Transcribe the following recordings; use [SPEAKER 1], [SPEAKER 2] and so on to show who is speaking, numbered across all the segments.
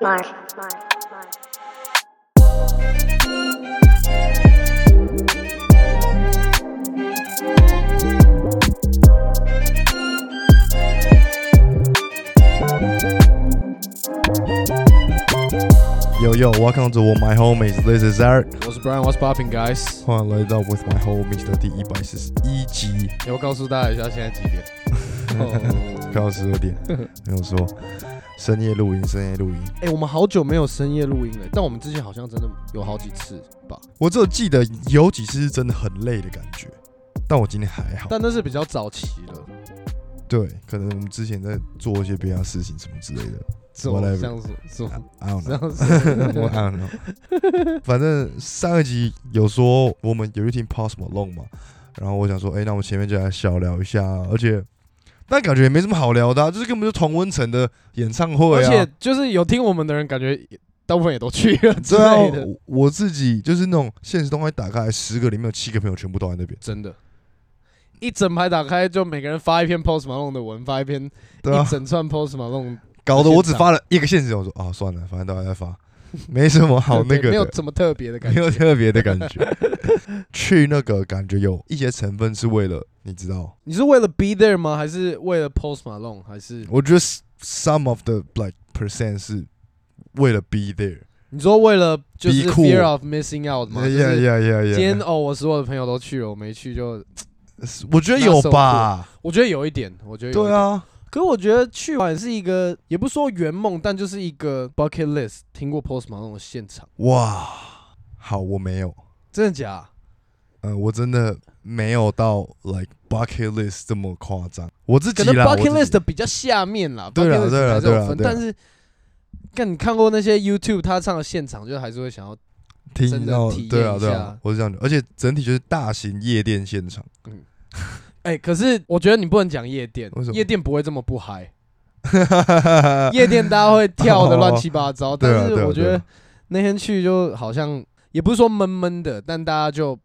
[SPEAKER 1] Mark.
[SPEAKER 2] Yo yo, welcome to With My Homies. This is Eric.
[SPEAKER 3] 我是 Brian，What's popping, guys？
[SPEAKER 2] 欢迎来到 With My Homies 的第一百四十一集。
[SPEAKER 3] 要告诉大家一下现在几 点？哦
[SPEAKER 2] 快要十二点，没有错。深夜录音，深夜录音。
[SPEAKER 3] 哎、我们好久没有深夜录音了，但我们之前好像真的有好几次吧，
[SPEAKER 2] 我只有记得有几次是真的很累的感觉，但我今天还好。
[SPEAKER 3] 但那是比较早期了，
[SPEAKER 2] 对，可能我们之前在做一些别的事情什么之类的。
[SPEAKER 3] 是我
[SPEAKER 2] Whatever 啊
[SPEAKER 3] 这样子，是我
[SPEAKER 2] I don't
[SPEAKER 3] 这
[SPEAKER 2] know，
[SPEAKER 3] 样子。
[SPEAKER 2] 我 I don't know。反正上一集有说我们有一天 Post Malone 嘛，然后我想说，哎、那我们前面就来小聊一下，啊而且但感觉也没什么好聊的、啊，就是根本就同温层的演唱会
[SPEAKER 3] 而
[SPEAKER 2] 啊。
[SPEAKER 3] 且就是有听我们的人，感觉大部分也都去了之
[SPEAKER 2] 对啊
[SPEAKER 3] 类的，，
[SPEAKER 2] 我我自己就是那种现实动态打开，十个里面有七个朋友全部都在那边。
[SPEAKER 3] 真的。一整排打开，就每个人发一篇 Post Malone 的文，发一篇、
[SPEAKER 2] 对啊
[SPEAKER 3] 一，整串 Post Malone，
[SPEAKER 2] 搞得我只
[SPEAKER 3] 现场
[SPEAKER 2] 发了一个现实，我说啊，算了，反正大家在发，没什么好那
[SPEAKER 3] 对
[SPEAKER 2] 个
[SPEAKER 3] 没有
[SPEAKER 2] 的，
[SPEAKER 3] 什么特别的感
[SPEAKER 2] 没有
[SPEAKER 3] 觉。
[SPEAKER 2] 特别的感觉。 去那个感觉有一些成分是为了你知道，
[SPEAKER 3] 你是为了 Be There 吗？还是为了 Post Malone？还是
[SPEAKER 2] 我觉得 some of the like percent 是为了 be there。
[SPEAKER 3] 你说为了就是
[SPEAKER 2] Be cool
[SPEAKER 3] fear of missing out 吗？
[SPEAKER 2] Yeah
[SPEAKER 3] 就是
[SPEAKER 2] yeah yeah
[SPEAKER 3] 今天
[SPEAKER 2] yeah，
[SPEAKER 3] 哦，我所有的朋友都去了，我没去就，
[SPEAKER 2] 我觉得有吧？
[SPEAKER 3] 我觉得有一点，我觉得有一
[SPEAKER 2] 对
[SPEAKER 3] 点，
[SPEAKER 2] 啊，
[SPEAKER 3] 可我觉得去完是一个，也不说圆梦，但就是一个 bucket list。听过 Post Malone 的现场，
[SPEAKER 2] 哇，好，我没有。
[SPEAKER 3] 真的假？
[SPEAKER 2] 嗯，我真的没有到 like bucket list 这么夸张，我自己
[SPEAKER 3] 可能
[SPEAKER 2] 啦，我自
[SPEAKER 3] bucket
[SPEAKER 2] 己
[SPEAKER 3] list 的比较下面啦
[SPEAKER 2] 对啦
[SPEAKER 3] ，bucket list
[SPEAKER 2] 对啦
[SPEAKER 3] 还是
[SPEAKER 2] 对
[SPEAKER 3] 有
[SPEAKER 2] 啦
[SPEAKER 3] 分，
[SPEAKER 2] 对啦啊
[SPEAKER 3] 但是。看你看过那些 YouTube 他唱的现场，就还是会想要，真
[SPEAKER 2] 听
[SPEAKER 3] 的
[SPEAKER 2] 到
[SPEAKER 3] 体验
[SPEAKER 2] 对啊
[SPEAKER 3] 一
[SPEAKER 2] 对啊
[SPEAKER 3] 下，
[SPEAKER 2] 我是这样的，而且整体就是大型夜店现场，
[SPEAKER 3] 哎、可是我觉得你不能讲夜店
[SPEAKER 2] 为什，么
[SPEAKER 3] 夜店不会这么不嗨， 夜店大家会跳的乱七八 糟，
[SPEAKER 2] 对啊
[SPEAKER 3] 但是
[SPEAKER 2] 对啊
[SPEAKER 3] 我觉
[SPEAKER 2] 对
[SPEAKER 3] 得
[SPEAKER 2] 啊，
[SPEAKER 3] 那天去就好像也不是说闷闷的，但大家就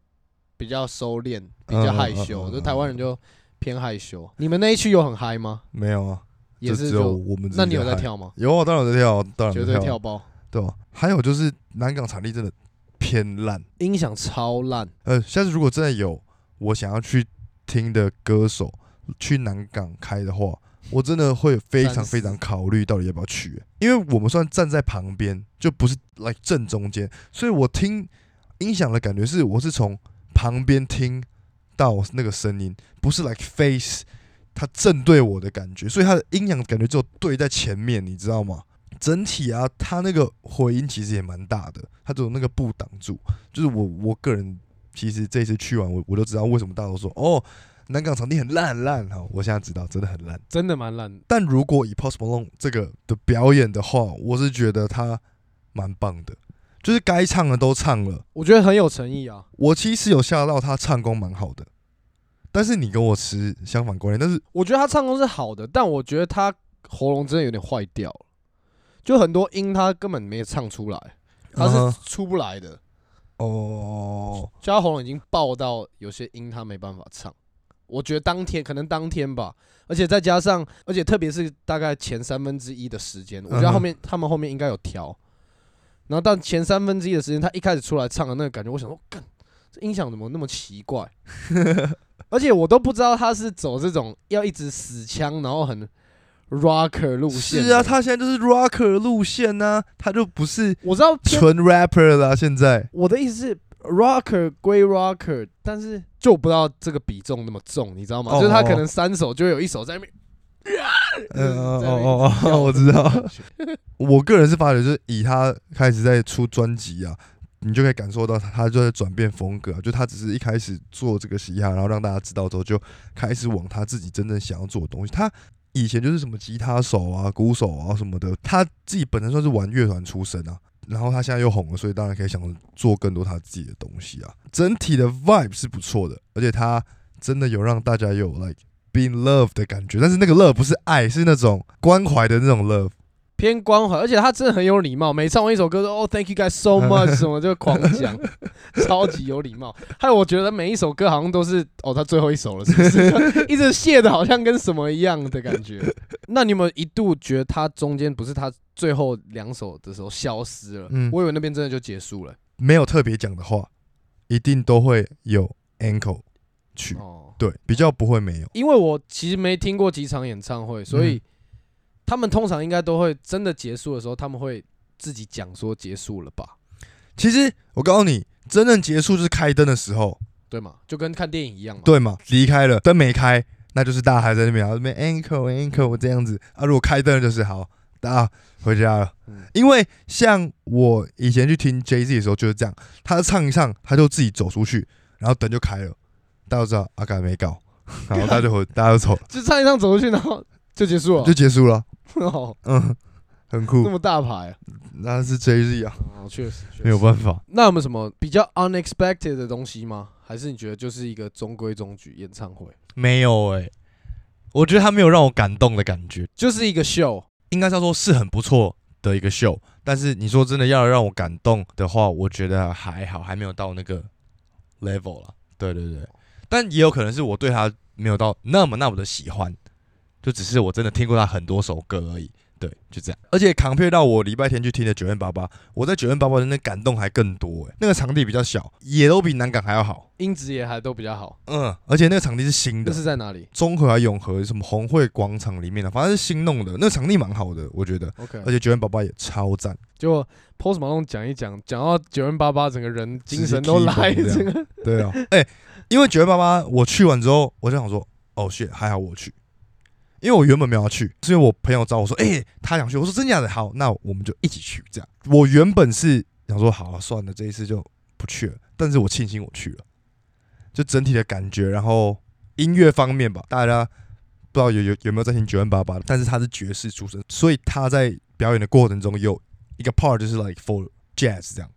[SPEAKER 3] 比较收敛，比较害羞，
[SPEAKER 2] 嗯嗯嗯嗯
[SPEAKER 3] 就台湾人就偏害羞。你们那一区有很嗨吗？
[SPEAKER 2] 没有啊，
[SPEAKER 3] 也
[SPEAKER 2] 就是只有
[SPEAKER 3] 就，
[SPEAKER 2] 我们自己
[SPEAKER 3] 那你有在
[SPEAKER 2] 嗨？
[SPEAKER 3] 跳吗？
[SPEAKER 2] 有啊，当然有在跳，当然
[SPEAKER 3] 绝
[SPEAKER 2] 有
[SPEAKER 3] 对
[SPEAKER 2] 在
[SPEAKER 3] 跳，爆，
[SPEAKER 2] 对啊，还有就是南港场地真的偏烂，
[SPEAKER 3] 音响超烂，
[SPEAKER 2] 呃，下次如果真的有我想要去听的歌手去南港开的话，我真的会非常
[SPEAKER 3] 三思
[SPEAKER 2] 非常考虑到底要不要去、欸因为我们算站在旁边，就不是来正中间，所以我听音响的感觉是我是从旁边听到那个声音，不是 like face 它正对我的感觉，所以它的音响感觉只有对在前面，你知道吗？整体啊，它那个回音其实也蛮大的，它只有那个布挡住。就是我我个人其实这次去完，我我都知道为什么大家都说哦，南港场地很烂很烂哈，我现在知道真的很烂。
[SPEAKER 3] 真的蛮烂的。
[SPEAKER 2] 但如果以 Post Malone 这个的表演的话，我是觉得他蛮棒的，就是该唱的都唱了。
[SPEAKER 3] 我觉得很有诚意啊，
[SPEAKER 2] 我其实有吓到他唱功蛮好的，但是你跟我持相反观点，但是
[SPEAKER 3] 我觉得他唱功是好的，但我觉得他喉咙真的有点坏掉了，就很多音他根本没有唱出来，他
[SPEAKER 2] 嗯
[SPEAKER 3] 是
[SPEAKER 2] 哼
[SPEAKER 3] 出不来的。
[SPEAKER 2] 哦，
[SPEAKER 3] 就他喉咙已经爆到有些音他没办法唱。我觉得当天可能当天吧，而且再加上，而且特别是大概前三分之一的时间，我觉
[SPEAKER 2] 嗯
[SPEAKER 3] 得
[SPEAKER 2] 哼
[SPEAKER 3] 后面、他们后面应该有调。然后到前三分之一的时间，他一开始出来唱的那个感觉，我想说，干，这音响怎么那么奇 怪？而且我都不知道他是走这种要一直死腔，然后很 rocker 路线。
[SPEAKER 2] 是啊，，他现在就是 rocker 路线呢、他就不是
[SPEAKER 3] 我知道偏
[SPEAKER 2] 纯 rapper 啦、现在
[SPEAKER 3] 我的意思是，rocker 归 rocker，但是就我不知道这个比重那么重，你知道吗？
[SPEAKER 2] 哦
[SPEAKER 3] 就是他可能三首就有一首在那边，呃
[SPEAKER 2] 嗯哦哦哦，我知道。我个人是发觉，就是以他开始在出专辑啊，你就可以感受到他他就在转变风格、啊，就他只是一开始做这个嘻哈，然后让大家知道之后，就开始往他自己真正想要做的东西。他以前就是什么吉他手啊、鼓手啊什么的，他自己本身算是玩乐团出身啊。然后他现在又红了，所以当然可以想做更多他自己的东西啊。整体的 vibe 是不错的，而且他真的有让大家有 like being love 的感觉，但是那个 love 不是爱，是那种关怀的那种 love。
[SPEAKER 3] 偏关怀，而且他真的很有礼貌，每唱完一首歌说“哦、t h a n k you guys so much” 什么就狂讲，超级有礼貌。还有我觉得每一首歌好像都是哦，他最后一首了，是不 是？一直谢的好像跟什么一样的感觉。那你有没有一度觉得他中间不是他最后两首的时候消失了，
[SPEAKER 2] 嗯
[SPEAKER 3] 我以为那边真的就结束了。
[SPEAKER 2] 没有特别讲的话，一定都会有 ankle 曲，
[SPEAKER 3] 哦，
[SPEAKER 2] 对，比较不会没有。
[SPEAKER 3] 因为我其实没听过几场演唱会，所以他们通常应该都会真的结束的时候，他们会自己讲说结束了吧，
[SPEAKER 2] 其实我告诉你，真正结束就是开灯的时候，
[SPEAKER 3] 对吗？就跟看电影一样嘛。
[SPEAKER 2] 对嘛？离开了，灯没开，那就是大家还在那边，然后那边 ankle ankle 这样子啊。如果开灯了就是好，大家回家了
[SPEAKER 3] 嗯。
[SPEAKER 2] 因为像我以前去听 Jay Z 的时候就是这样，他唱一唱，他就自己走出去，然后灯就开了，大家都知道阿甘没搞，然后大家就回，大家就走 了，
[SPEAKER 3] 就唱一唱走过去，然后就结束了。
[SPEAKER 2] 就结束了。
[SPEAKER 3] 哦，
[SPEAKER 2] 嗯，很
[SPEAKER 3] 那
[SPEAKER 2] 酷，
[SPEAKER 3] 么大牌、啊
[SPEAKER 2] 那是 Jay Z 啊，
[SPEAKER 3] 哦，确实确实
[SPEAKER 2] 没有办法。
[SPEAKER 3] 那有没有什么比较 unexpected 的东西吗？还是你觉得就是一个中规中矩演唱会，
[SPEAKER 1] 没有哎、我觉得他没有让我感动的感觉，
[SPEAKER 3] 就是一个秀？
[SPEAKER 1] 应该是要说是很不错的一个秀，但是你说真的要让我感动的话，我觉得还好，还没有到那个 level 了。对对对，但也有可能是我对他没有到那么那么的喜欢，就只是我真的听过他很多首歌而已。对，就这样。
[SPEAKER 2] 而且 compare 到我礼拜天去听的九院八八，我在九院八八的那感动还更多、欸、那个场地比较小，也都比南港还要好。
[SPEAKER 3] 音质也还都比较好。
[SPEAKER 2] 嗯，而且那个场地是新
[SPEAKER 3] 这
[SPEAKER 2] 的，
[SPEAKER 3] 是在哪里
[SPEAKER 2] 中和还啊永和什么红会广场里面的，啊反正是新弄的，那个场地蛮好的，我觉得。
[SPEAKER 3] ？OK，
[SPEAKER 2] 而且九院八八也超赞，
[SPEAKER 3] 结果 Post Malone 讲一讲，讲到九零八八，整个人精神
[SPEAKER 2] 直接
[SPEAKER 3] 都来，
[SPEAKER 2] keyboard 这样
[SPEAKER 3] 整个
[SPEAKER 2] 对啊，哎、因为九院八八我去完之后，我就想说，哦 shit，还好我去，因为我原本没有要去，是因为我朋友找我说，哎、他想去，我说真假的，好，那我们就一起去这样。我原本是想说，好、啊、算了，这一次就不去了，但是我庆幸我去了，就整体的感觉，然后音乐方面吧，大家不知道有有有没有在听九院八八，但是他是爵士出身，所以他在表演的过程中有一个 part 就是 like for jazz 这样，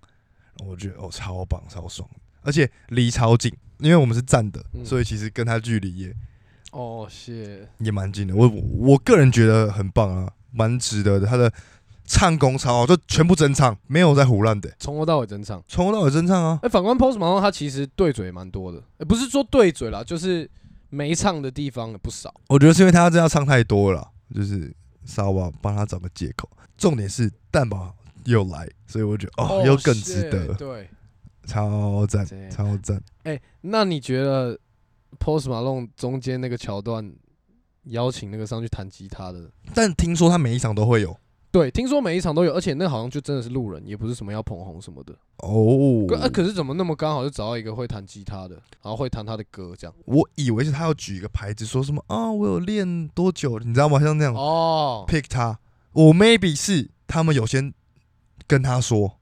[SPEAKER 2] 我觉得哦超棒超爽。而且离超近，因为我们是站的，
[SPEAKER 3] 嗯
[SPEAKER 2] 所以其实跟他距离也
[SPEAKER 3] 哦，谢，
[SPEAKER 2] 也蛮近的。我我个人觉得很棒啊，蛮值得的。他的唱功超好，就全部真唱，没有在胡乱的、
[SPEAKER 3] 从头到尾真唱。
[SPEAKER 2] 从头到尾真唱啊。
[SPEAKER 3] 哎，反观 Post Malone 他其实对嘴蛮多的，哎，不是说对嘴啦，就是没唱的地方也不少。
[SPEAKER 2] 我觉得是因为他这样唱太多了，就是稍微帮他找个借口。重点是蛋堡又来，所以我觉得哦，又更值
[SPEAKER 3] Oh， shit，
[SPEAKER 2] 得，
[SPEAKER 3] 对，
[SPEAKER 2] 超赞，
[SPEAKER 3] 这样
[SPEAKER 2] 超赞。
[SPEAKER 3] 哎，那你觉得 Post Malone 中间那个桥段，邀请那个上去弹吉他的？
[SPEAKER 2] 但听说他每一场都会有
[SPEAKER 3] 对，听说每一场都有，而且那好像就真的是路人，也不是什么要捧红什么的。
[SPEAKER 2] 哦
[SPEAKER 3] 可、啊、可是怎么那么刚好就找到一个会弹吉他的，然后会弹他的歌这样？
[SPEAKER 2] 我以为是他要举一个牌子，说什么啊，我有练多久，你知道吗？像那样
[SPEAKER 3] 哦，
[SPEAKER 2] pick 他，我 maybe 是他们有先跟他说，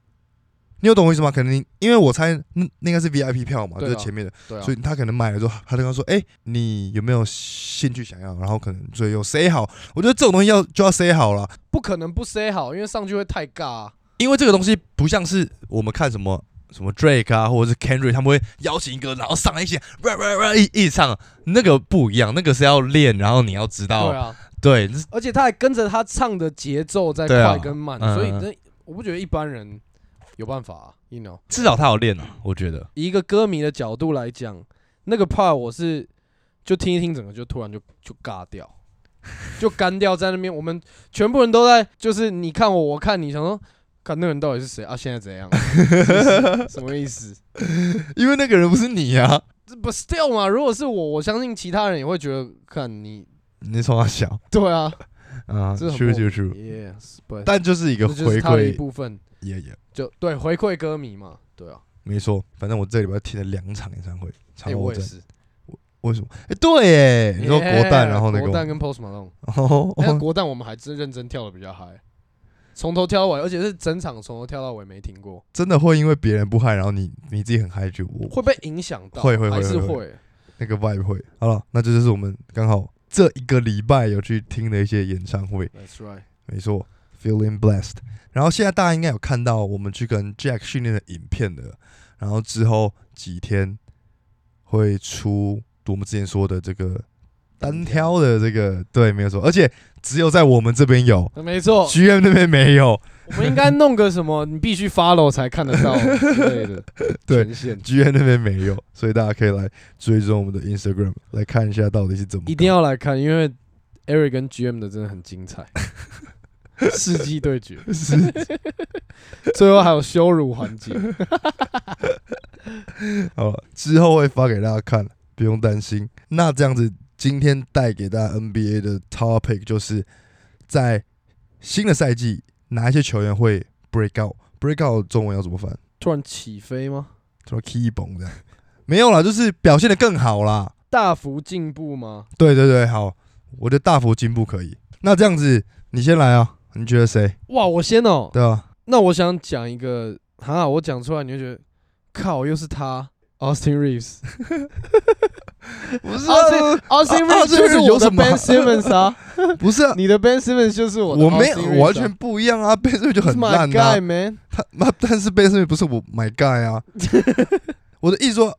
[SPEAKER 2] 你有懂我意思吗？可能你因为我猜那那应该是 VIP 票嘛，就
[SPEAKER 3] 对啊
[SPEAKER 2] 是前面的，
[SPEAKER 3] 对啊，
[SPEAKER 2] 所以他可能买了之后，他就跟他说，哎、你有没有兴趣想要？然后可能最后 say 好，我觉得这种东西要就要 say 好了，
[SPEAKER 3] 不可能不 say 好，因为上去会太尬、啊。
[SPEAKER 1] 因为这个东西不像是我们看什么什么 Drake 啊，或者是 Kendrick，他们会邀请一个，然后上来一起哇哇哇一一起唱，那个不一样，那个是要练，然后你要知
[SPEAKER 2] 哦
[SPEAKER 1] 道，
[SPEAKER 3] 对啊，
[SPEAKER 1] 对，是
[SPEAKER 3] 而且他还跟着他唱的节奏在
[SPEAKER 1] 对啊
[SPEAKER 3] 快跟慢，
[SPEAKER 1] 嗯
[SPEAKER 3] 所以这我不觉得一般人有办法、啊。You know，
[SPEAKER 1] 至少他有练啊，我觉得。
[SPEAKER 3] 以一个歌迷的角度来讲，那个 part 我是就听一听，整个就突然就就尬掉，就干掉在那边。我们全部人都在，就是你看我，我看你，想说，看那个人到底是谁啊？现在怎样？ 就是什么意思？
[SPEAKER 2] 因为那个人不是你啊，
[SPEAKER 3] 这不 still 嘛？如果是我，我相信其他人也会觉得，看你，
[SPEAKER 2] 你从他小
[SPEAKER 3] 对 啊
[SPEAKER 2] 啊，
[SPEAKER 3] 这很
[SPEAKER 2] 是
[SPEAKER 3] 莫
[SPEAKER 2] 是是，
[SPEAKER 3] ，yes，but
[SPEAKER 2] 但就是一个
[SPEAKER 3] 这就是
[SPEAKER 2] 回
[SPEAKER 3] 他的一
[SPEAKER 2] 馈，
[SPEAKER 3] 部分，
[SPEAKER 2] 也也
[SPEAKER 3] 就对回馈歌迷嘛，对啊，
[SPEAKER 2] 没错，反正我这礼拜听了两场演唱会，超
[SPEAKER 3] 哎、我也
[SPEAKER 2] 赞。
[SPEAKER 3] 是，
[SPEAKER 2] 为什么？哎、对耶，你说国蛋，
[SPEAKER 3] Yeah，
[SPEAKER 2] 然后那个吗
[SPEAKER 3] 国蛋跟 Post Malone，
[SPEAKER 2] 哦，
[SPEAKER 3] 那、国蛋我们还真认真跳的比较嗨，从头跳到尾，而且是整场从头跳到尾没停过，
[SPEAKER 2] 真的会因为别人不嗨，然后你你自己很嗨就我
[SPEAKER 3] 会被影响到，
[SPEAKER 2] 会会会
[SPEAKER 3] 还是
[SPEAKER 2] 会会那个 vibe 会。好了，那这就是我们刚好这一个礼拜有去听的一些演唱会，
[SPEAKER 3] ，That's right，
[SPEAKER 2] 没错，Feeling Blessed。然后现在大家应该有看到我们去跟 Jack 训练的影片了，然后之后几天会出我们之前说的这个单挑的这个，对，没有错，而且只有在我们这边有。
[SPEAKER 3] 没错，
[SPEAKER 2] GM 那边没有
[SPEAKER 3] 我们应该弄个什么，你必须 follow 才看得到之类的，
[SPEAKER 2] 对
[SPEAKER 3] 权限
[SPEAKER 2] ，GM 那边没有，所以大家可以来追踪我们的 Instagram 来看一下到底是怎么搞。
[SPEAKER 3] 一定要来看，因为 Eric 跟 GM 的真的很精彩。世纪对决，
[SPEAKER 2] 是
[SPEAKER 3] 最后还有羞辱环节。
[SPEAKER 2] 好了，之后会发给大家看，不用担心。那这样子，今天带给大家 NBA 的 topic 就是在新的赛季，哪一些球员会 break out？break out 中文要怎么翻？
[SPEAKER 3] 突然起飞吗？
[SPEAKER 2] 说 key 崩这样？没有啦，就是表现的更好啦。
[SPEAKER 3] 大幅进步吗？
[SPEAKER 2] 对对对，好，我的大幅进步可以。那这样子，你先来啊，你觉得谁？
[SPEAKER 3] 哇，我先哦、
[SPEAKER 2] 对 啊，
[SPEAKER 3] 那我想讲一个，哈，我讲出来你就觉得，靠，又是他，Austin Reeves。
[SPEAKER 2] 不是
[SPEAKER 3] Austin Austin
[SPEAKER 2] Reeves
[SPEAKER 3] Reeves 就是
[SPEAKER 2] 有
[SPEAKER 3] 我的
[SPEAKER 2] 什么
[SPEAKER 3] Ben Simmons 啊，
[SPEAKER 2] 不是啊，
[SPEAKER 3] 你的 Ben Simmons 就是我的
[SPEAKER 2] 我
[SPEAKER 3] Austin Reeves 啊。
[SPEAKER 2] 没有完全不一样啊，贝斯就很
[SPEAKER 3] He's
[SPEAKER 2] 烂
[SPEAKER 3] my
[SPEAKER 2] 啊。
[SPEAKER 3] guy man。
[SPEAKER 2] 他 妈，但是贝斯也不是我 my guy 啊。我的意思说，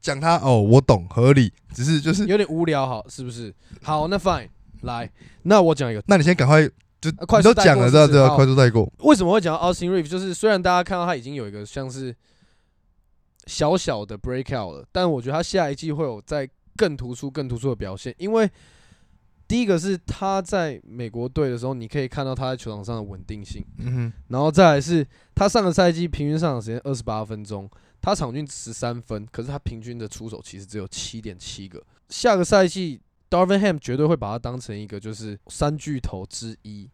[SPEAKER 2] 讲他哦，我懂，合理，只是就是，
[SPEAKER 3] 有点无聊，好，是不是？好，那 fine，来，那我讲一个，
[SPEAKER 2] 那你先赶快就
[SPEAKER 3] 啊快
[SPEAKER 2] 你
[SPEAKER 3] 速
[SPEAKER 2] 都讲了，
[SPEAKER 3] 带过
[SPEAKER 2] 对啊
[SPEAKER 3] 是不是
[SPEAKER 2] 对啊，
[SPEAKER 3] 好
[SPEAKER 2] 快速带过。
[SPEAKER 3] 为什么会讲到 Austin Reeves？就是虽然大家看到他已经有一个像是小小的 breakout 了，但我觉得他下一季会有在更突出、更突出的表现，因为第一个是他在美国队的时候，你可以看到他在球场上的稳定性，
[SPEAKER 2] 嗯
[SPEAKER 3] 然后再来是他上个赛季平均上场时间二十八分钟，他场均十三分，可是他平均的出手其实只有七点七个。下个赛季 Darvin Ham 绝对会把他当成一个就是三巨头之一，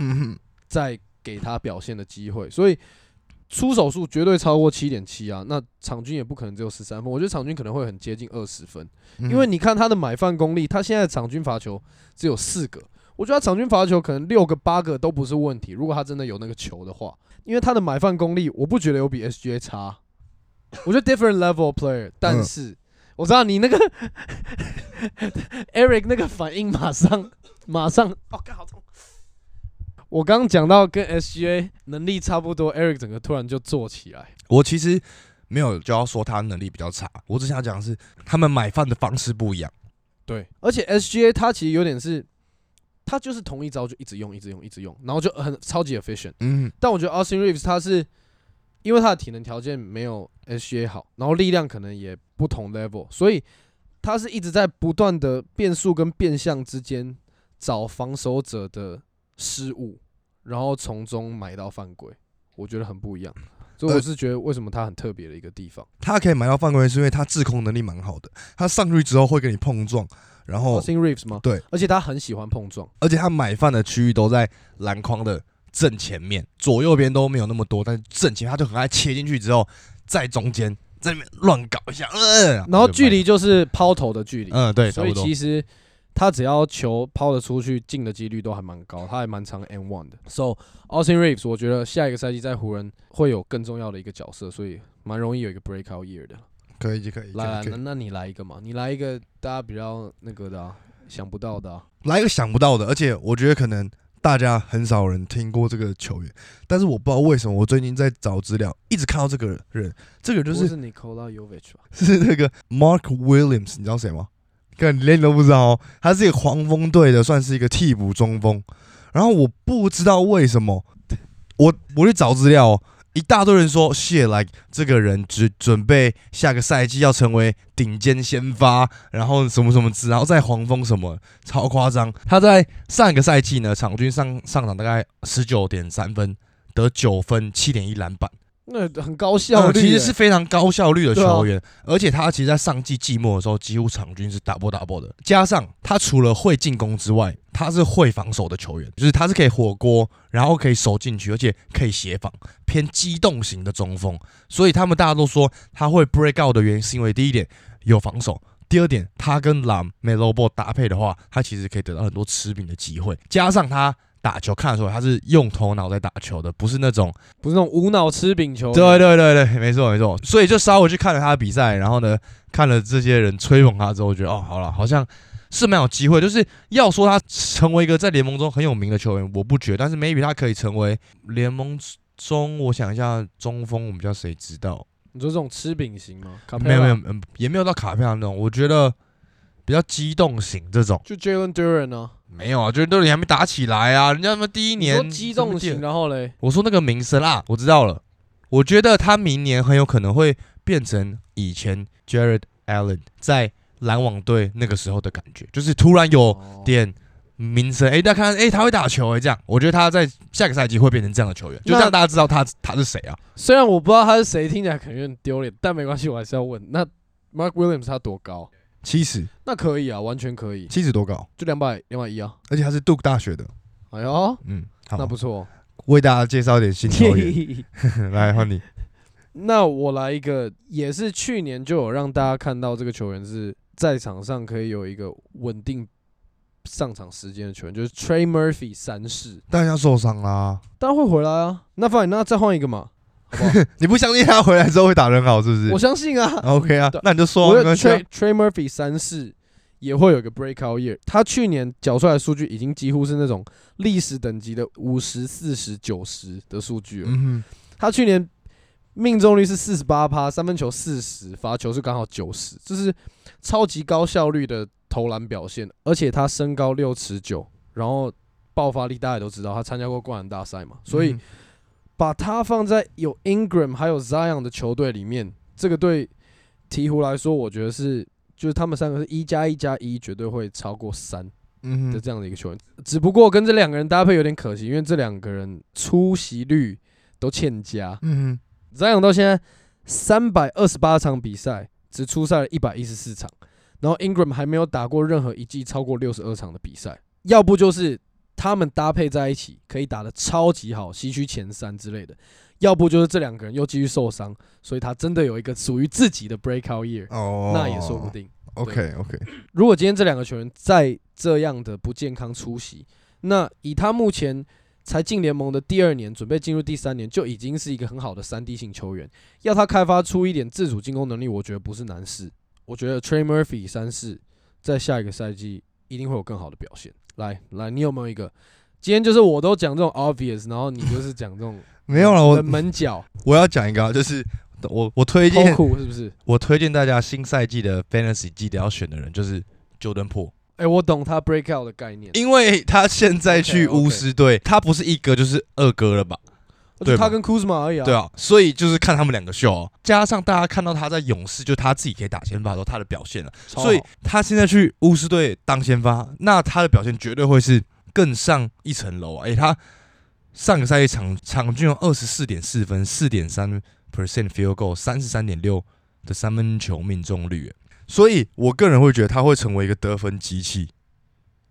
[SPEAKER 2] 嗯哼，
[SPEAKER 3] 再给他表现的机会，所以出手数绝对超过七点七啊。那场均也不可能只有十三分，我觉得场均可能会很接近二十分，
[SPEAKER 2] 嗯
[SPEAKER 3] 因为你看他的买饭功力，他现在场均罚球只有四个，我觉得他场均罚球可能六个八个都不是问题，如果他真的有那个球的话，因为他的买饭功力，我不觉得有比 SGA 差，我觉得 different level player，但是。我知道你那个 Eric 那个反应马上马上，哦，干好痛！我刚讲到跟 SGA 能力差不多，Eric 整个突然就坐起来。
[SPEAKER 1] 我其实没有就要说他能力比较差，我只想讲的是他们买饭的方式不一样。
[SPEAKER 3] 对，而且 SGA 他其实有点是，他就是同一招就一直用，一直用，一直用，然后就很超级 efficient。
[SPEAKER 1] 嗯，
[SPEAKER 3] 但我觉得 Austin Reeves 他是因为他的体能条件没有 SGA 好，然后力量可能也不同 level，所以他是一直在不断的变速跟变向之间找防守者的失误，然后从中买到犯规，我觉得很不一样。所以我
[SPEAKER 2] 呃
[SPEAKER 3] 是觉得为什么他很特别的一个地方。
[SPEAKER 2] 他可以买到犯规，是因为他制空能力蛮好的，他上去之后会跟你碰撞，然后
[SPEAKER 3] Austin Reeves 哦吗？
[SPEAKER 2] 对，
[SPEAKER 3] 而且他很喜欢碰撞。
[SPEAKER 2] 啊
[SPEAKER 1] 而且他买饭的区域都在篮筐的正前面，左右边都没有那么多，但是正前他就很爱切进去之后，在中间在那边乱搞一下，
[SPEAKER 2] 呃
[SPEAKER 1] 嗯、
[SPEAKER 3] 然后距离就是抛投的距离，
[SPEAKER 1] 嗯对，差
[SPEAKER 3] 所
[SPEAKER 1] 不
[SPEAKER 3] 以
[SPEAKER 1] 多
[SPEAKER 3] 其实他只要球抛得出去，进的几率都还蛮高，他还蛮常 n one 的。So Austin Reeves，我觉得下一个赛季在湖人会有更重要的一个角色，所以蛮容易有一个 breakout year 的。
[SPEAKER 2] 可以可以可以，
[SPEAKER 3] 来，
[SPEAKER 2] 可以
[SPEAKER 3] 那那你来一个嘛，你来一个大家比较那个的、啊，想不到的、啊。
[SPEAKER 2] 来一个想不到的，而且我觉得可能大家很少人听过这个球员，但是我不知道为什么我最近在找资料，一直看到这个人，这个人就
[SPEAKER 3] 不
[SPEAKER 2] 是
[SPEAKER 3] 是 Nikola Jovic 吧？
[SPEAKER 2] 是那个 Mark Williams，你知道谁吗？看你连你都不知道哦，他是一个黄蜂队的，算是一个替补中锋。然后我不知道为什么，我我去找资料、哦，一大堆人说谢来这个人只准备下个赛季要成为顶尖先发，然后什么什么之，然后在黄蜂什么超夸张。
[SPEAKER 1] 他在上一个赛季呢，场均上上场大概十九点三分，得九分，七点一篮板，
[SPEAKER 3] 那很高效率、
[SPEAKER 1] 嗯其实是非常高效率的
[SPEAKER 3] 对啊
[SPEAKER 1] 球员，而且他其实，在上季季末的时候，几乎场均是 double double 的。加上他除了会进攻之外，他是会防守的球员，就是他是可以火锅，然后可以守进去，而且可以协防，偏机动型的中锋。所以他们大家都说他会 break out 的原因，是因为第一点有防守。第二点，他跟朗 Melo Ball 搭配的话，他其实可以得到很多吃饼的机会。加上他打球看得出来，他是用头脑在打球的，不是那种
[SPEAKER 3] 不是那种无脑吃饼球员。
[SPEAKER 1] 对对对对，没错没错。所以就稍微去看了他的比赛，然后呢，看了这些人吹捧他之后，我觉得哦，好了，好像是蛮有机会。就是要说他成为一个在联盟中很有名的球员，我不觉得，但是 maybe 他可以成为联盟中，我想一下，中锋我们叫谁知道？
[SPEAKER 3] 你说这种吃饼型吗？
[SPEAKER 1] 没有没有
[SPEAKER 3] Capella，，
[SPEAKER 1] 嗯也没有到卡佩拉那种，我觉得比较机动型这种。
[SPEAKER 3] 就 Jalen Duran 呢、啊？
[SPEAKER 1] 没有啊，就是都还没打起来啊，人家他妈第一
[SPEAKER 3] 你说
[SPEAKER 1] 年
[SPEAKER 3] 机动型，然后嘞，
[SPEAKER 1] 我说那个名声啦，我知道了。我觉得他明年很有可能会变成以前 Jared Allen 在篮网队那个时候的感觉，就是突然有
[SPEAKER 3] 哦
[SPEAKER 1] 点名声，哎、大家看，哎、他会打球、哎，这样，我觉得他在下个赛季会变成这样的球员，就
[SPEAKER 3] 那
[SPEAKER 1] 让大家知道他他是谁啊。
[SPEAKER 3] 虽然我不知道他是谁，听起来可能有点丢脸，但没关系，我还是要问。那 Mark Williams 他多高？
[SPEAKER 2] 七十
[SPEAKER 3] 那可以啊，完全可以，
[SPEAKER 2] 七十多高，
[SPEAKER 3] 就两百两百一啊。
[SPEAKER 2] 而且他是杜克大学的，
[SPEAKER 3] 哎呦，
[SPEAKER 2] 嗯，好
[SPEAKER 3] 那，不错。
[SPEAKER 2] 为大家介绍一点新 球员，来换你，
[SPEAKER 3] 那我来一个，也是去年就有让大家看到这个球员是在场上可以有一个稳定上场时间的球员，就是 Trey Murphy 三世，
[SPEAKER 2] 但要受伤啦，
[SPEAKER 3] 当然会回来啊。那 fine，那再换一个嘛，好不好？
[SPEAKER 2] 你不相信他回来之后会打得很好，是不是
[SPEAKER 3] 我相信啊，
[SPEAKER 2] ？OK 啊
[SPEAKER 3] 对，
[SPEAKER 2] 那你就说
[SPEAKER 3] 我
[SPEAKER 2] 啊，没
[SPEAKER 3] 有
[SPEAKER 2] 关系啊
[SPEAKER 3] Trey Trey Murphy 三世也会有一个 breakout year。他去年缴出来的数据已经几乎是那种历史等级的五十、四十、九十的数据了。
[SPEAKER 2] 嗯哼，
[SPEAKER 3] 他去年命中率是四十八趴，三分球四十，罚球是刚好九十，这是超级高效率的投篮表现。而且他身高六尺九，然后爆发力大家也都知道，他参加过灌篮大赛嘛，所以
[SPEAKER 2] 嗯
[SPEAKER 3] 把他放在有 Ingram 还有 Zion 的球队里面，这个对鹈鹕来说，我觉得是就是他们三个是一加一加一，绝对会超过三
[SPEAKER 2] 嗯
[SPEAKER 3] 的
[SPEAKER 2] 哼，
[SPEAKER 3] 这样的一个球员。只不过跟这两个人搭配有点可惜，因为这两个人出席率都欠佳。
[SPEAKER 2] 嗯
[SPEAKER 3] Zion 到现在三百二十八场比赛，只出赛了一百一十四场，然后 Ingram 还没有打过任何一季超过六十二场的比赛，要不就是他们搭配在一起可以打得超级好，西区前三之类的，要不就是这两个人又继续受伤，所以他真的有一个属于自己的 breakout year，、
[SPEAKER 2] 哼，哦，
[SPEAKER 3] 那也说不定。
[SPEAKER 2] OK OK，
[SPEAKER 3] 如果今天这两个球员再这样的不健康出席，那以他目前才进联盟的第二年，准备进入第三年，就已经是一个很好的三 D 型球员。要他开发出一点自主进攻能力，我觉得不是难事。我觉得 Trey Murphy 三世在下一个赛季一定会有更好的表现。来来，你有没有一个？今天就是我都讲这种 obvious，然后你就是讲 这种
[SPEAKER 2] 没有了，我
[SPEAKER 3] 冷门角
[SPEAKER 2] 我要讲一个啊，就是我我推
[SPEAKER 3] 偷
[SPEAKER 2] 荐
[SPEAKER 3] 苦是不是？
[SPEAKER 1] 我推荐大家新赛季的 Fantasy 记得要选的人就是 Jordan p o
[SPEAKER 3] 哎、我懂他 breakout 的概念，
[SPEAKER 1] 因为他现在去
[SPEAKER 3] OK，OK
[SPEAKER 1] 巫师队他不是一哥就是二哥了吧？
[SPEAKER 3] 就
[SPEAKER 1] 对
[SPEAKER 3] 他
[SPEAKER 1] 吧
[SPEAKER 3] 跟 Kuzma 而已啊。
[SPEAKER 1] 对啊，所以就是看他们两个秀、哦，加上大家看到他在勇士就他自己可以打先发的时候他的表现了，啊
[SPEAKER 3] 超好，
[SPEAKER 1] 所以他现在去巫师队当先发，那他的表现绝对会是更上一层楼啊！哎、他上个赛季场场均有二十四点四分、四点三 percent field goal、三十三点六的三分球命中率，哎
[SPEAKER 2] 所以我个人会觉得他会成为一个得分机器，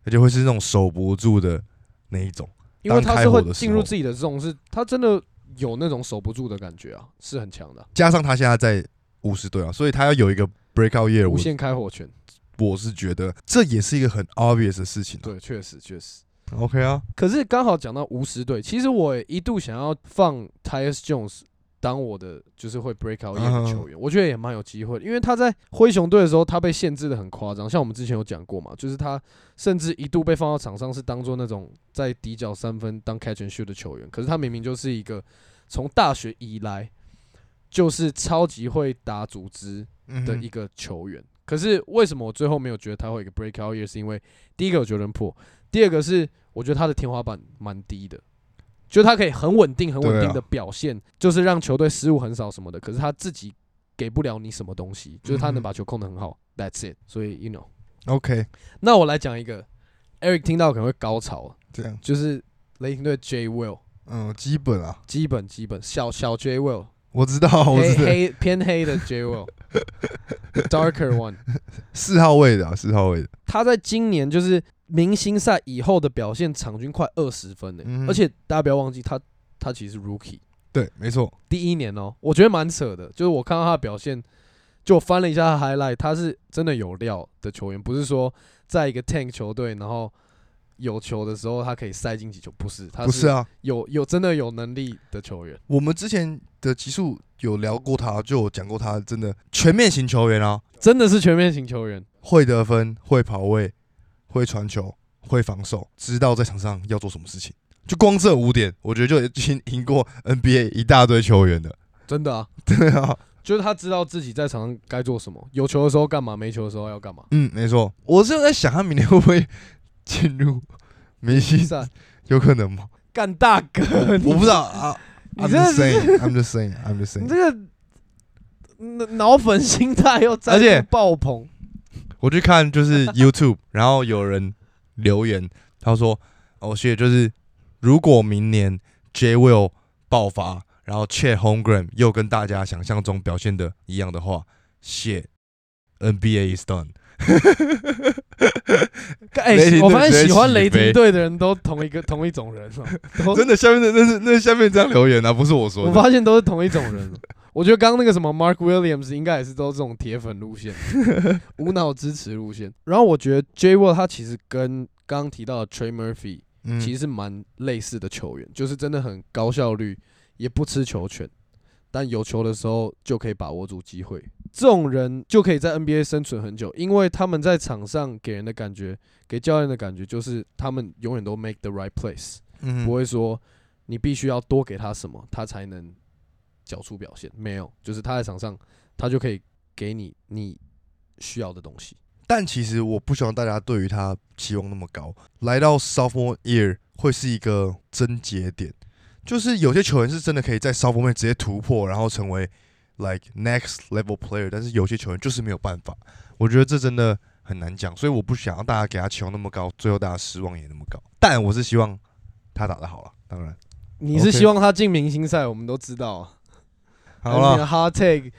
[SPEAKER 2] 而且会是那种守不住的那一种。
[SPEAKER 3] 因为
[SPEAKER 2] 当
[SPEAKER 3] 他
[SPEAKER 2] 开
[SPEAKER 3] 是会
[SPEAKER 2] 火的时
[SPEAKER 3] 进入
[SPEAKER 2] 候
[SPEAKER 3] 自己的这种，是他真的有那种守不住的感觉啊，是很强的啊、
[SPEAKER 2] 加上他现在在五十队啊，所以他要有一个 breakout year，
[SPEAKER 3] 无
[SPEAKER 2] 我
[SPEAKER 3] 限开火权。
[SPEAKER 2] 我是觉得这也是一个很 obvious 的事情、啊。
[SPEAKER 3] 对，确实确实。
[SPEAKER 2] ，OK 啊，
[SPEAKER 3] 可是刚好讲到巫师队，其实我也一度想要放 Tyus Jones 当我的就是会 breakout
[SPEAKER 2] 嗯
[SPEAKER 3] year 的球员，我觉得也蛮有机会的，因为他在灰熊队的时候，他被限制的很夸张，像我们之前有讲过嘛，就是他甚至一度被放到场上是当做那种在底角三分当 catch and shoot 的球员，可是他明明就是一个从大学以来就是超级会打组织，
[SPEAKER 2] 嗯
[SPEAKER 3] 的一个球员。可是为什么我最后没有觉得他会有一个 breakout year？是因为第一个我觉得破，第二个是我觉得他的天花板蛮低的，就他可以很稳定、很稳
[SPEAKER 2] 对啊
[SPEAKER 3] 定的表现，就是让球队失误很少什么的。可是他自己给不了你什么东西，就是他
[SPEAKER 2] 嗯
[SPEAKER 3] 能
[SPEAKER 2] 哼
[SPEAKER 3] 把球控得很好。That's it。所以 you know，
[SPEAKER 2] OK，
[SPEAKER 3] 那我来讲一个，Eric 听到可能会高潮，啊
[SPEAKER 2] 这样，
[SPEAKER 3] 就是雷霆队 J Will，
[SPEAKER 2] 嗯，基本啊，
[SPEAKER 3] 基本基本小小 J Will，
[SPEAKER 2] 我知道，哦我
[SPEAKER 3] 黑
[SPEAKER 2] 知道，
[SPEAKER 3] 黑偏黑的 J Will，darker one。
[SPEAKER 2] 四号位的、啊，四号位的，
[SPEAKER 3] 他在今年就是明星赛以后的表现，场均快二十分呢、
[SPEAKER 2] 嗯
[SPEAKER 3] 而且大家不要忘记他，他其实是 rookie
[SPEAKER 2] 对，没错，
[SPEAKER 3] 第一年哦、我觉得蛮扯的。就是我看到他的表现，就我翻了一下他的 highlight，他是真的有料的球员，不是说在一个 tank 球队，然后有球的时候他可以塞进几球，不是，他
[SPEAKER 2] 不是啊，
[SPEAKER 3] 有有真的有能力的球员。
[SPEAKER 2] 我们之前的集数有聊过他，就有讲过他真的全面型球员啊，
[SPEAKER 3] 真的是全面型球员，
[SPEAKER 2] 会得分，会跑位，会传球，会防守，知道在场上要做什么事情。就光这五点，我觉得就已经赢过 NBA 一大堆球员了。
[SPEAKER 3] 真的啊，
[SPEAKER 2] 对啊，
[SPEAKER 3] 就是他知道自己在场上该做什么，有球的时候干嘛，没球的时候要 干嘛。
[SPEAKER 2] 嗯，没错。我是有在想，他明年会不会进 入明星
[SPEAKER 3] 比？赛
[SPEAKER 2] 有可能吗？
[SPEAKER 3] 干大哥，
[SPEAKER 2] 我不知道啊。
[SPEAKER 3] 你
[SPEAKER 2] I'm
[SPEAKER 3] 真的
[SPEAKER 2] just
[SPEAKER 3] 是
[SPEAKER 2] saying, I'm just saying, I'm just
[SPEAKER 3] 你
[SPEAKER 2] saying。
[SPEAKER 3] 这个嗯脑脑粉心态又再
[SPEAKER 1] 而且
[SPEAKER 3] 度爆棚，
[SPEAKER 1] 我去看就是 YouTube，然后有人留言他说：“哦，谢谢，就是如果明年 J Will 爆发，然后 Chet Holmgren 又跟大家想象中表现的一样的话，谢 NBA is done。
[SPEAKER 3] 哎
[SPEAKER 1] 雷霆，
[SPEAKER 3] 我
[SPEAKER 1] 队
[SPEAKER 3] 发
[SPEAKER 1] 直接
[SPEAKER 3] 现喜欢
[SPEAKER 1] 起
[SPEAKER 3] 雷霆
[SPEAKER 1] 飞
[SPEAKER 3] 队的人都同一个同一种人 哦，都
[SPEAKER 1] 真的，下面的那是那下面这样留言啊，不是我说
[SPEAKER 3] 我
[SPEAKER 1] 的。
[SPEAKER 3] 发现都是同一种人哦。我觉得刚刚那个什么 Mark Williams 应该也是都是这种铁粉路线，无脑支持路线。然后我觉得 J Will 他其实跟刚刚提到的 Trey Murphy
[SPEAKER 1] 嗯
[SPEAKER 3] 其实是蛮类似的球员，就是真的很高效率，也不吃球权，但有球的时候就可以把握住机会。这种人就可以在 NBA 生存很久，因为他们在场上给人的感觉，给教练的感觉就是他们永远都 make the right place，、
[SPEAKER 1] 嗯
[SPEAKER 3] 不会说你必须要多给他什么，他才能缴出表现。没有，就是他在场上，他就可以给你你需要的东西。
[SPEAKER 2] 但其实我不希望大家对于他期望那么高。来到 sophomore year 会是一个症结点，就是有些球员是真的可以在 sophomore year 直接突破，然后成为 like next level player，但是有些球员就是没有办法。我觉得这真的很难讲，所以我不想让大家给他期望那么高，最后大家失望也那么高。但我是希望他打得好了，当然
[SPEAKER 3] 你是
[SPEAKER 2] OK
[SPEAKER 3] 希望他进明星赛，我们都知道、啊。
[SPEAKER 2] 好
[SPEAKER 3] 还是你
[SPEAKER 2] 了，
[SPEAKER 3] 的 hard take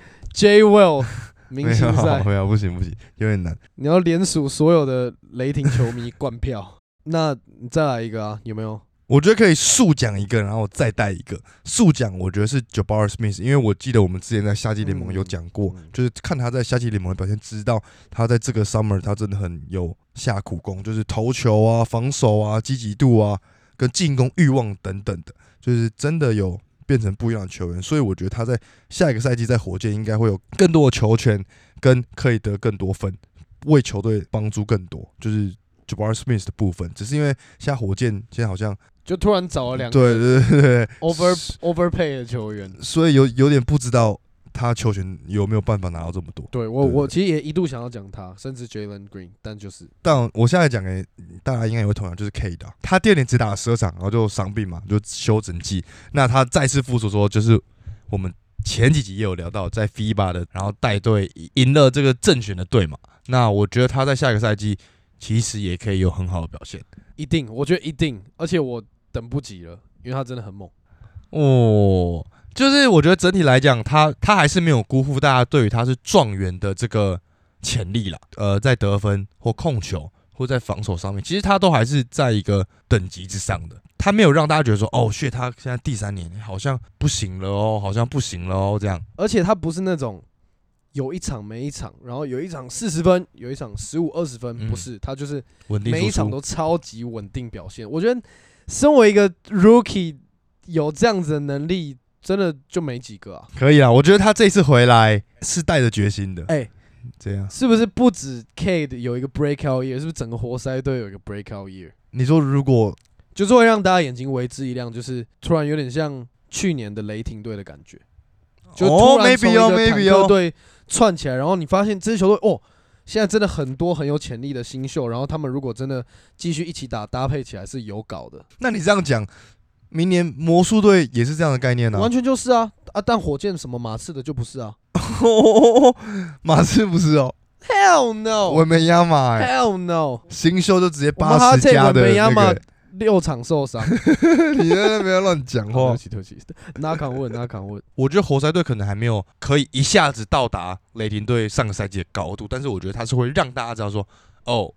[SPEAKER 3] J Will 明
[SPEAKER 2] 没
[SPEAKER 3] 星
[SPEAKER 2] 有
[SPEAKER 3] 赛，
[SPEAKER 2] 没有，不行不行，有点难。
[SPEAKER 3] 你要联署所有的雷霆球迷灌 票。那你再来一个啊，有没有？
[SPEAKER 2] 我觉得可以速讲一个，然后再带一个。速讲我觉得是 Jabari Smith，因为我记得我们之前在夏季联盟有讲过，
[SPEAKER 3] 嗯嗯
[SPEAKER 2] 就是看他在夏季联盟的表现，知道他在这个 summer 他真的很有下苦功，就是投球啊、防守啊、积极度啊、跟进攻欲望等等的，就是真的有变成不一样的球员。所以我觉得他在下一个赛季在火箭应该会有更多的球权，跟可以得更多分，为球队帮助更多，就是 Jabari Smith 的部分。只是因为现在火箭现在好像。
[SPEAKER 3] 就突然找了哦两
[SPEAKER 2] 对
[SPEAKER 3] 个
[SPEAKER 2] 对对对，
[SPEAKER 3] over overpay 的球员。
[SPEAKER 2] 所以有有点不知道他球权有没有办法拿到这么多。
[SPEAKER 3] 对我，
[SPEAKER 2] 对对
[SPEAKER 3] 我其实也一度想要讲他，甚至 Jalen Green，但就是
[SPEAKER 2] 但我现在讲给大家应该也会同样，就是 K 的啊，他第二年只打了十二场，然后就伤病嘛，就休整季。那他再次复出说，就是我们前几集也有聊到，在 FIBA 的，然后带队赢了这个正选的队嘛。那我觉得他在下一个赛季其实也可以有很好的表现。
[SPEAKER 3] 一定，我觉得一定，而且我等不及了，因为他真的很猛。
[SPEAKER 1] 哦，就是我觉得整体来讲，他他还是没有辜负大家对于他是状元的这个潜力啦。呃，在得分或控球或在防守上面，其实他都还是在一个等级之上的。他没有让大家觉得说，哦，shit，他现在第三年好像不行了哦，好像不行了哦，这样。
[SPEAKER 3] 而且他不是那种有一场没一场，然后有一场四十分，有一场十五二十分，
[SPEAKER 1] 嗯
[SPEAKER 3] 不是，他就是
[SPEAKER 1] 稳定输出
[SPEAKER 3] 每一场都超级稳定表现。我觉得，身为一个 rookie，有这样子的能力，真的就没几个啊。
[SPEAKER 2] 可以啊，我觉得他这次回来是带着决心的。
[SPEAKER 3] 哎、
[SPEAKER 2] 这
[SPEAKER 1] 啊
[SPEAKER 2] 样，
[SPEAKER 3] 是不是不止 Cade 有一个 breakout year，是不是整个活塞队有一个 breakout year，
[SPEAKER 2] 你说如果
[SPEAKER 3] 就是会让大家眼睛为之一亮，就是突然有点像去年的雷霆队的感觉，就
[SPEAKER 2] 哦
[SPEAKER 3] 突然从一
[SPEAKER 2] ，maybe 哦
[SPEAKER 3] 个坦
[SPEAKER 2] ，maybe
[SPEAKER 3] 克
[SPEAKER 2] 哦，
[SPEAKER 3] 队串起来，然后你发现这支球队哦。现在真的很多很有潜力的新秀，然后他们如果真的继续一起打搭配起来是有搞的，
[SPEAKER 2] 那你这样讲，明年魔术队也是这样的概念呢、啊
[SPEAKER 3] 完？全就是啊啊！但火箭什么马刺的就不是啊
[SPEAKER 2] 马刺不是哦，
[SPEAKER 3] ，Hell no，
[SPEAKER 2] 文梅亚马、欸，
[SPEAKER 3] Hell no！
[SPEAKER 2] 新秀就直接
[SPEAKER 3] 我们
[SPEAKER 2] 八十加的
[SPEAKER 3] 哈
[SPEAKER 2] 那
[SPEAKER 3] 特
[SPEAKER 2] 个
[SPEAKER 3] 文，六场受 伤，
[SPEAKER 2] 你在那边乱讲
[SPEAKER 3] 对
[SPEAKER 2] 话
[SPEAKER 3] 不。起对不起，拿扛问拿扛问，
[SPEAKER 1] 我觉得活塞队可能还没有可以一下子到达雷霆队上个赛季的高度，但是我觉得他是会让大家知道说，哦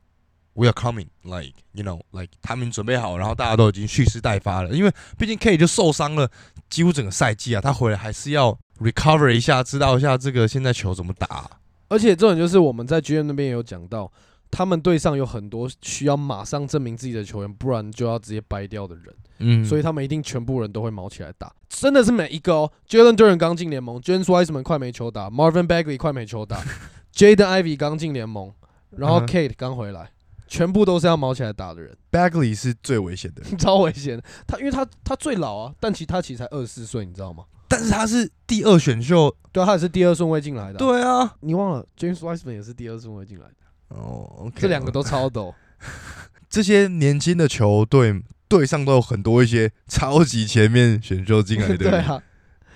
[SPEAKER 1] ，we are coming，like you know，like 他们准备好，然后大家都已经蓄势待发了。因为毕竟 K 就受伤了，几乎整个赛季啊，他回来还是要 recover 一下，知道一下这个现在球怎么打、
[SPEAKER 3] 而且重点就是我们在 GM 那边也有讲到，他们队上有很多需要马上证明自己的球员，不然就要直接掰掉的人，
[SPEAKER 1] 嗯
[SPEAKER 3] 所以他们一定全部人都会毛起来打，真的是每一个哦。Jalen Duran 刚进联盟，James Wiseman 快没球打，Marvin Bagley 快没球 打，Jaden Ivy 刚进联盟，然后
[SPEAKER 2] 嗯哼
[SPEAKER 3] Kate 刚回来，全部都是要毛起来打的人。
[SPEAKER 2] Bagley 是最危险的，
[SPEAKER 3] 超危险。他因为他他最老啊，但其实他其实才二十四岁，你知道吗？
[SPEAKER 1] 但是他是第二选秀，
[SPEAKER 3] 对啊，他也是第二顺位进来的、，
[SPEAKER 1] 对啊，
[SPEAKER 3] 你忘了 James Wiseman 也是第二顺位进来的，
[SPEAKER 2] 哦，OK，
[SPEAKER 3] 这两个都超陡。
[SPEAKER 2] 这些年轻的球队队上都有很多一些超级前面选秀进来的，
[SPEAKER 3] 对，啊，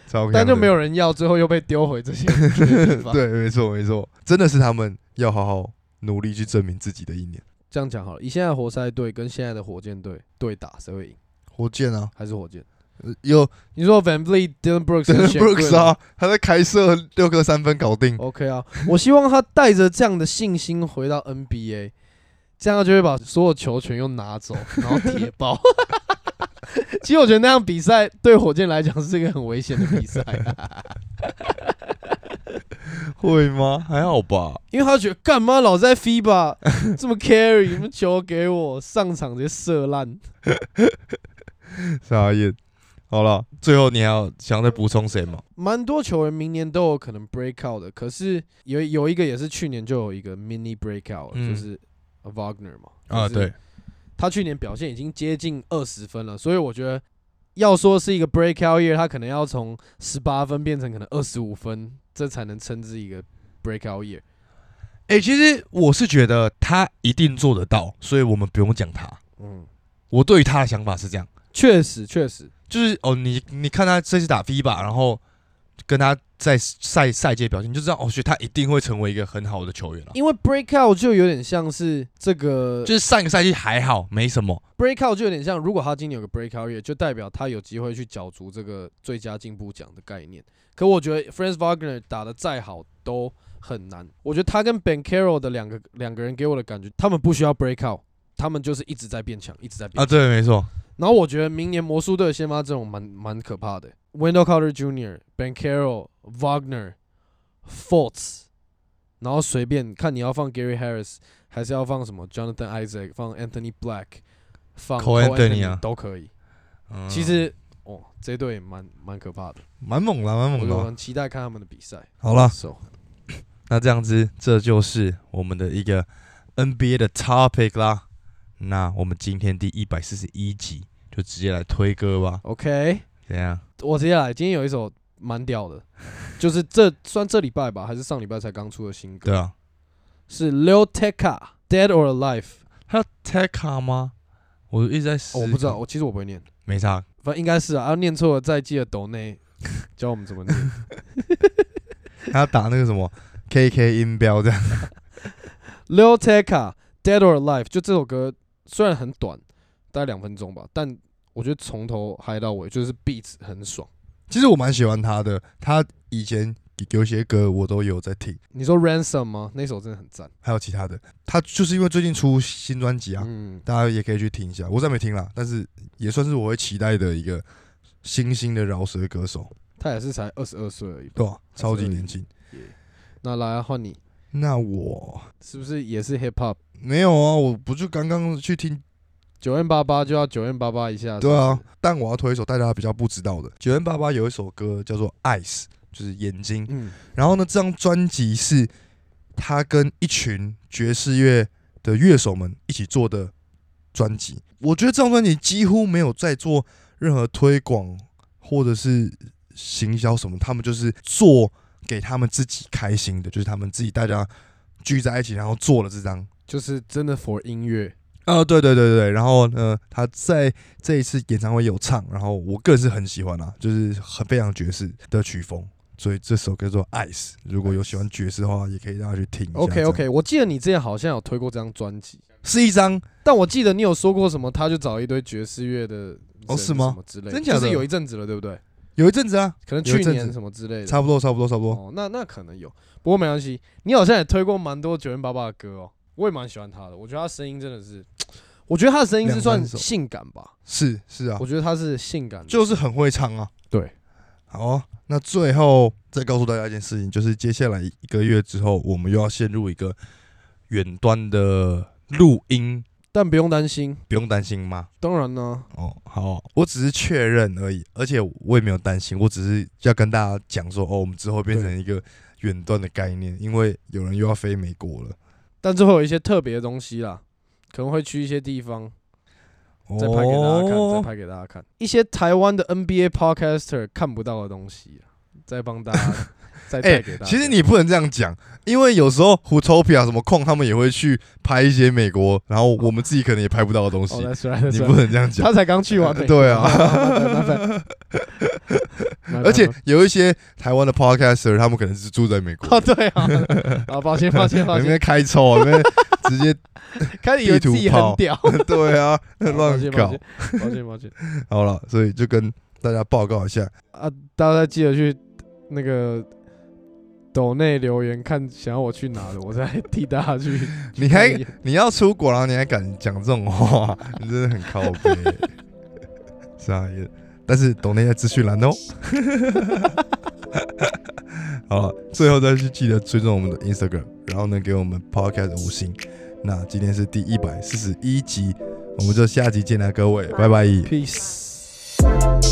[SPEAKER 2] 超强的
[SPEAKER 3] 但就没有人要，最后又被丢回这些 地方。
[SPEAKER 2] 对，没错没错，真的是他们要好好努力去证明自己的一年。
[SPEAKER 3] 这样讲好了，以现在的活塞队跟现在的火箭队对打，谁会赢？
[SPEAKER 2] 火箭啊，
[SPEAKER 3] 还是火箭？
[SPEAKER 2] 呃有
[SPEAKER 3] 你说 Van Vliet、Dylan Brooks、
[SPEAKER 2] d Brooks 啊，他在开设六个三分搞定，
[SPEAKER 3] ，OK 啊，我希望他带着这样的信心回到 NBA，这样他就会把所有球权又拿走，然后铁爆。 其实我觉得那样比赛对火箭来讲是一个很危险的比赛、啊
[SPEAKER 2] 会吗？
[SPEAKER 1] 还好吧？
[SPEAKER 3] 因为他觉得干嘛老在 FIBA 这么 carry，你们球给我上场直接射烂。
[SPEAKER 2] 傻眼，
[SPEAKER 1] 好了，最后你还要想再补充谁吗？
[SPEAKER 3] 蛮多球员明年都有可能 break out 的，可是有有一个也是去年就有一个 mini break out，、
[SPEAKER 1] 嗯
[SPEAKER 3] 就是 Wagner 嘛。
[SPEAKER 1] 啊，，对，
[SPEAKER 3] 他去年表现已经接近二十分了，所以我觉得要说是一个 break out year，他可能要从十八分变成可能二十五分，这才能称之一个 break out year。
[SPEAKER 1] 哎、其实我是觉得他一定做得到，所以我们不用讲他。
[SPEAKER 3] 嗯，
[SPEAKER 1] 我对于他的想法是这样，
[SPEAKER 3] 确实确实，
[SPEAKER 1] 就是哦，你你看他这次打 V 吧，然后跟他在赛赛界表现，你就知道哦，学他一定会成为一个很好的球员了、啊
[SPEAKER 3] 因为 break out 就有点像是这个
[SPEAKER 1] 就是上个赛季还好，没什么，
[SPEAKER 3] breakout 就有点像，如果他今年有个 breakout year，就代表他有机会去角逐这个最佳进步奖的概念。可我觉得 Franz Wagner 打的再好都很难。我觉得他跟 Ben Carroll 的两个两个人给我的感觉，他们不需要 breakout，他们就是一直在变强，一直在变
[SPEAKER 1] 啊，
[SPEAKER 3] 强。
[SPEAKER 1] 对，没错，
[SPEAKER 3] 然后我觉得明年魔术队的先发阵容蛮蛮可怕的，Wendell Carter Jr.、Ben Carroll、Wagner、Fultz，然后随便看你要放 Gary Harris，还是要放什么 Jonathan Isaac、放 Anthony Black、放
[SPEAKER 1] Cole
[SPEAKER 3] Cole
[SPEAKER 1] Anthony 啊
[SPEAKER 3] 都可以。
[SPEAKER 1] 嗯
[SPEAKER 3] 其实哦，这队也蛮蛮可怕的，
[SPEAKER 2] 蛮猛的，蛮
[SPEAKER 3] 我
[SPEAKER 2] 猛
[SPEAKER 3] 就
[SPEAKER 2] 的。
[SPEAKER 3] 很期待看他们的比赛。
[SPEAKER 2] 好
[SPEAKER 1] 啊
[SPEAKER 2] 了，
[SPEAKER 3] So，
[SPEAKER 1] 那这样子，这就是我们的一个 NBA 的 topic 啦。那我们今天第一百四十一集就直接来推歌吧，
[SPEAKER 3] OK，
[SPEAKER 1] 怎样？
[SPEAKER 3] 我接下来今天有一首蛮屌的， 就是这算这礼拜吧，还是上礼拜才刚出的新歌，
[SPEAKER 1] 对啊，
[SPEAKER 3] 是 Lil Tecca Dead or Alive。
[SPEAKER 1] 还有 Tekka 吗？我一直在思
[SPEAKER 3] 哦
[SPEAKER 1] 考、
[SPEAKER 3] 我不知道，我其实我不会念，
[SPEAKER 1] 没差。
[SPEAKER 3] 反正应该是啊，要念错了再记得抖内 教我们怎么 念。
[SPEAKER 2] 还要打那个什么 KK 音标这样，
[SPEAKER 3] Lil Tecca Dead or Alive，就这首歌虽然很短，大概两分钟吧，但我觉得从头嗨到尾，就是 beats 很爽。
[SPEAKER 2] 其实我蛮喜欢他的，他以前有些歌我都有在听，
[SPEAKER 3] 你说 Ransom 吗？那首真的很赞。
[SPEAKER 2] 还有其他的，他就是因为最近出新专辑啊，
[SPEAKER 3] 嗯，
[SPEAKER 2] 大家也可以去听一下。我是还没听啦，但是也算是我会期待的一个新兴的饶舌歌手，
[SPEAKER 3] 他也是才二十二岁而已吧。
[SPEAKER 2] 对吧、啊超级年轻。
[SPEAKER 3] 那来啊换你，
[SPEAKER 2] 那我
[SPEAKER 3] 是不是也是 Hip Hop？
[SPEAKER 2] 没有啊，我不就刚刚去听？
[SPEAKER 3] 九 N 八八就要九 N 八八一下。
[SPEAKER 2] 对
[SPEAKER 3] 是
[SPEAKER 2] 啊
[SPEAKER 3] 不是，
[SPEAKER 2] 但我要推一首大家比较不知道的，九零八八有一首歌叫做《Eyes》，就是眼睛。
[SPEAKER 3] 嗯，
[SPEAKER 2] 然后呢，这张专辑是他跟一群爵士乐的乐手们一起做的专辑。我觉得这张专辑几乎没有在做任何推广或者是行销什么，他们就是做给他们自己开心的，就是他们自己大家聚在一起，然后做了这张。
[SPEAKER 3] 就是真的 for 音乐。
[SPEAKER 2] 啊，对对对对对，然后呢，他在这一次演唱会有唱，然后我个人是很喜欢啦，就是很非常爵士的曲风，所以这首歌叫做《Ice》，如果有喜欢爵士的话，也可以让他去听一下。
[SPEAKER 3] OK
[SPEAKER 2] 这
[SPEAKER 3] OK，
[SPEAKER 2] 样
[SPEAKER 3] 我记得你之前好像有推过这张专辑。
[SPEAKER 2] 是一张
[SPEAKER 3] 但我记得你有说过什么，他就找一堆爵士乐的
[SPEAKER 2] 哦
[SPEAKER 3] 人
[SPEAKER 2] 是吗
[SPEAKER 3] 什么之类的，
[SPEAKER 2] 真假的
[SPEAKER 3] 就是有一阵子了，对不对？
[SPEAKER 2] 有一阵子啊，
[SPEAKER 3] 可能
[SPEAKER 2] 有一
[SPEAKER 3] 去
[SPEAKER 2] 阵
[SPEAKER 3] 年
[SPEAKER 2] 子
[SPEAKER 3] 什么之类的。
[SPEAKER 2] 差不多差不多差不多，
[SPEAKER 3] 哦，那那可能有，不过没关系。你好像也推过蛮多九零八八的歌哦，我也蛮喜欢他的。我觉得他声音真的是，我觉得他的声音是算
[SPEAKER 2] 两三首
[SPEAKER 3] 性感吧，
[SPEAKER 2] 是是啊
[SPEAKER 3] 我，觉得他是性感的，
[SPEAKER 2] 就是很会唱啊。
[SPEAKER 3] 对，
[SPEAKER 2] 好哦、那最后再告诉大家一件事情，就是接下来一个月之后，我们又要陷入一个远端的录音，
[SPEAKER 3] 但不用担心。
[SPEAKER 2] 不用担心吗？
[SPEAKER 3] 当然呢，
[SPEAKER 2] 哦，好，我只是确认而已，而且我也没有担心，我只是要跟大家讲说，哦，我们之后变成一个远端的概念，因为有人又要飞美国了，
[SPEAKER 3] 但是会有一些特别的东西啦，可能会去一些地方，再拍给大家看，再
[SPEAKER 2] 哦
[SPEAKER 3] 拍给大家看一些台湾的 NBA podcaster 看不到的东西啊，再帮 大家再
[SPEAKER 2] 哎、
[SPEAKER 3] 带给大家。
[SPEAKER 2] 其实你不能这样讲，因为有时候 Hutopia 什么控他们也会去拍一些美国，然后我们自己可能也拍不到的东
[SPEAKER 3] 哦
[SPEAKER 2] 西，
[SPEAKER 3] 哦，that's right，that's
[SPEAKER 2] 你
[SPEAKER 3] right
[SPEAKER 2] 不能这样讲。
[SPEAKER 3] 他才刚去完美国，
[SPEAKER 2] 对啊
[SPEAKER 3] 麻烦麻烦麻 烦
[SPEAKER 2] 而且有一些台湾的 podcaster，他们可能是住在美国，
[SPEAKER 3] 哦，对啊，啊， 抱歉，抱歉，抱
[SPEAKER 2] 那
[SPEAKER 3] 歉
[SPEAKER 2] 边，开抽啊，那边直接
[SPEAKER 3] 开始以为自己很屌，
[SPEAKER 2] 对啊， 乱
[SPEAKER 3] 哦抱
[SPEAKER 2] 搞
[SPEAKER 3] 歉。，抱歉抱歉，抱歉
[SPEAKER 2] 好了，所以就跟大家报告一下，
[SPEAKER 3] 啊！大家记得去那个抖内留言，看想要我去哪的，我再替大家去。
[SPEAKER 2] 你还你要出国，然后你还敢讲这种话， 你真的很靠背，傻眼。但是懂那些资讯栏哦。 好了，最后再去记得追踪我们的 Instagram，然后呢给我们 Podcast 五星。那今天是第一百四十一集，我们就下集见啦，各位，拜拜。
[SPEAKER 3] peace。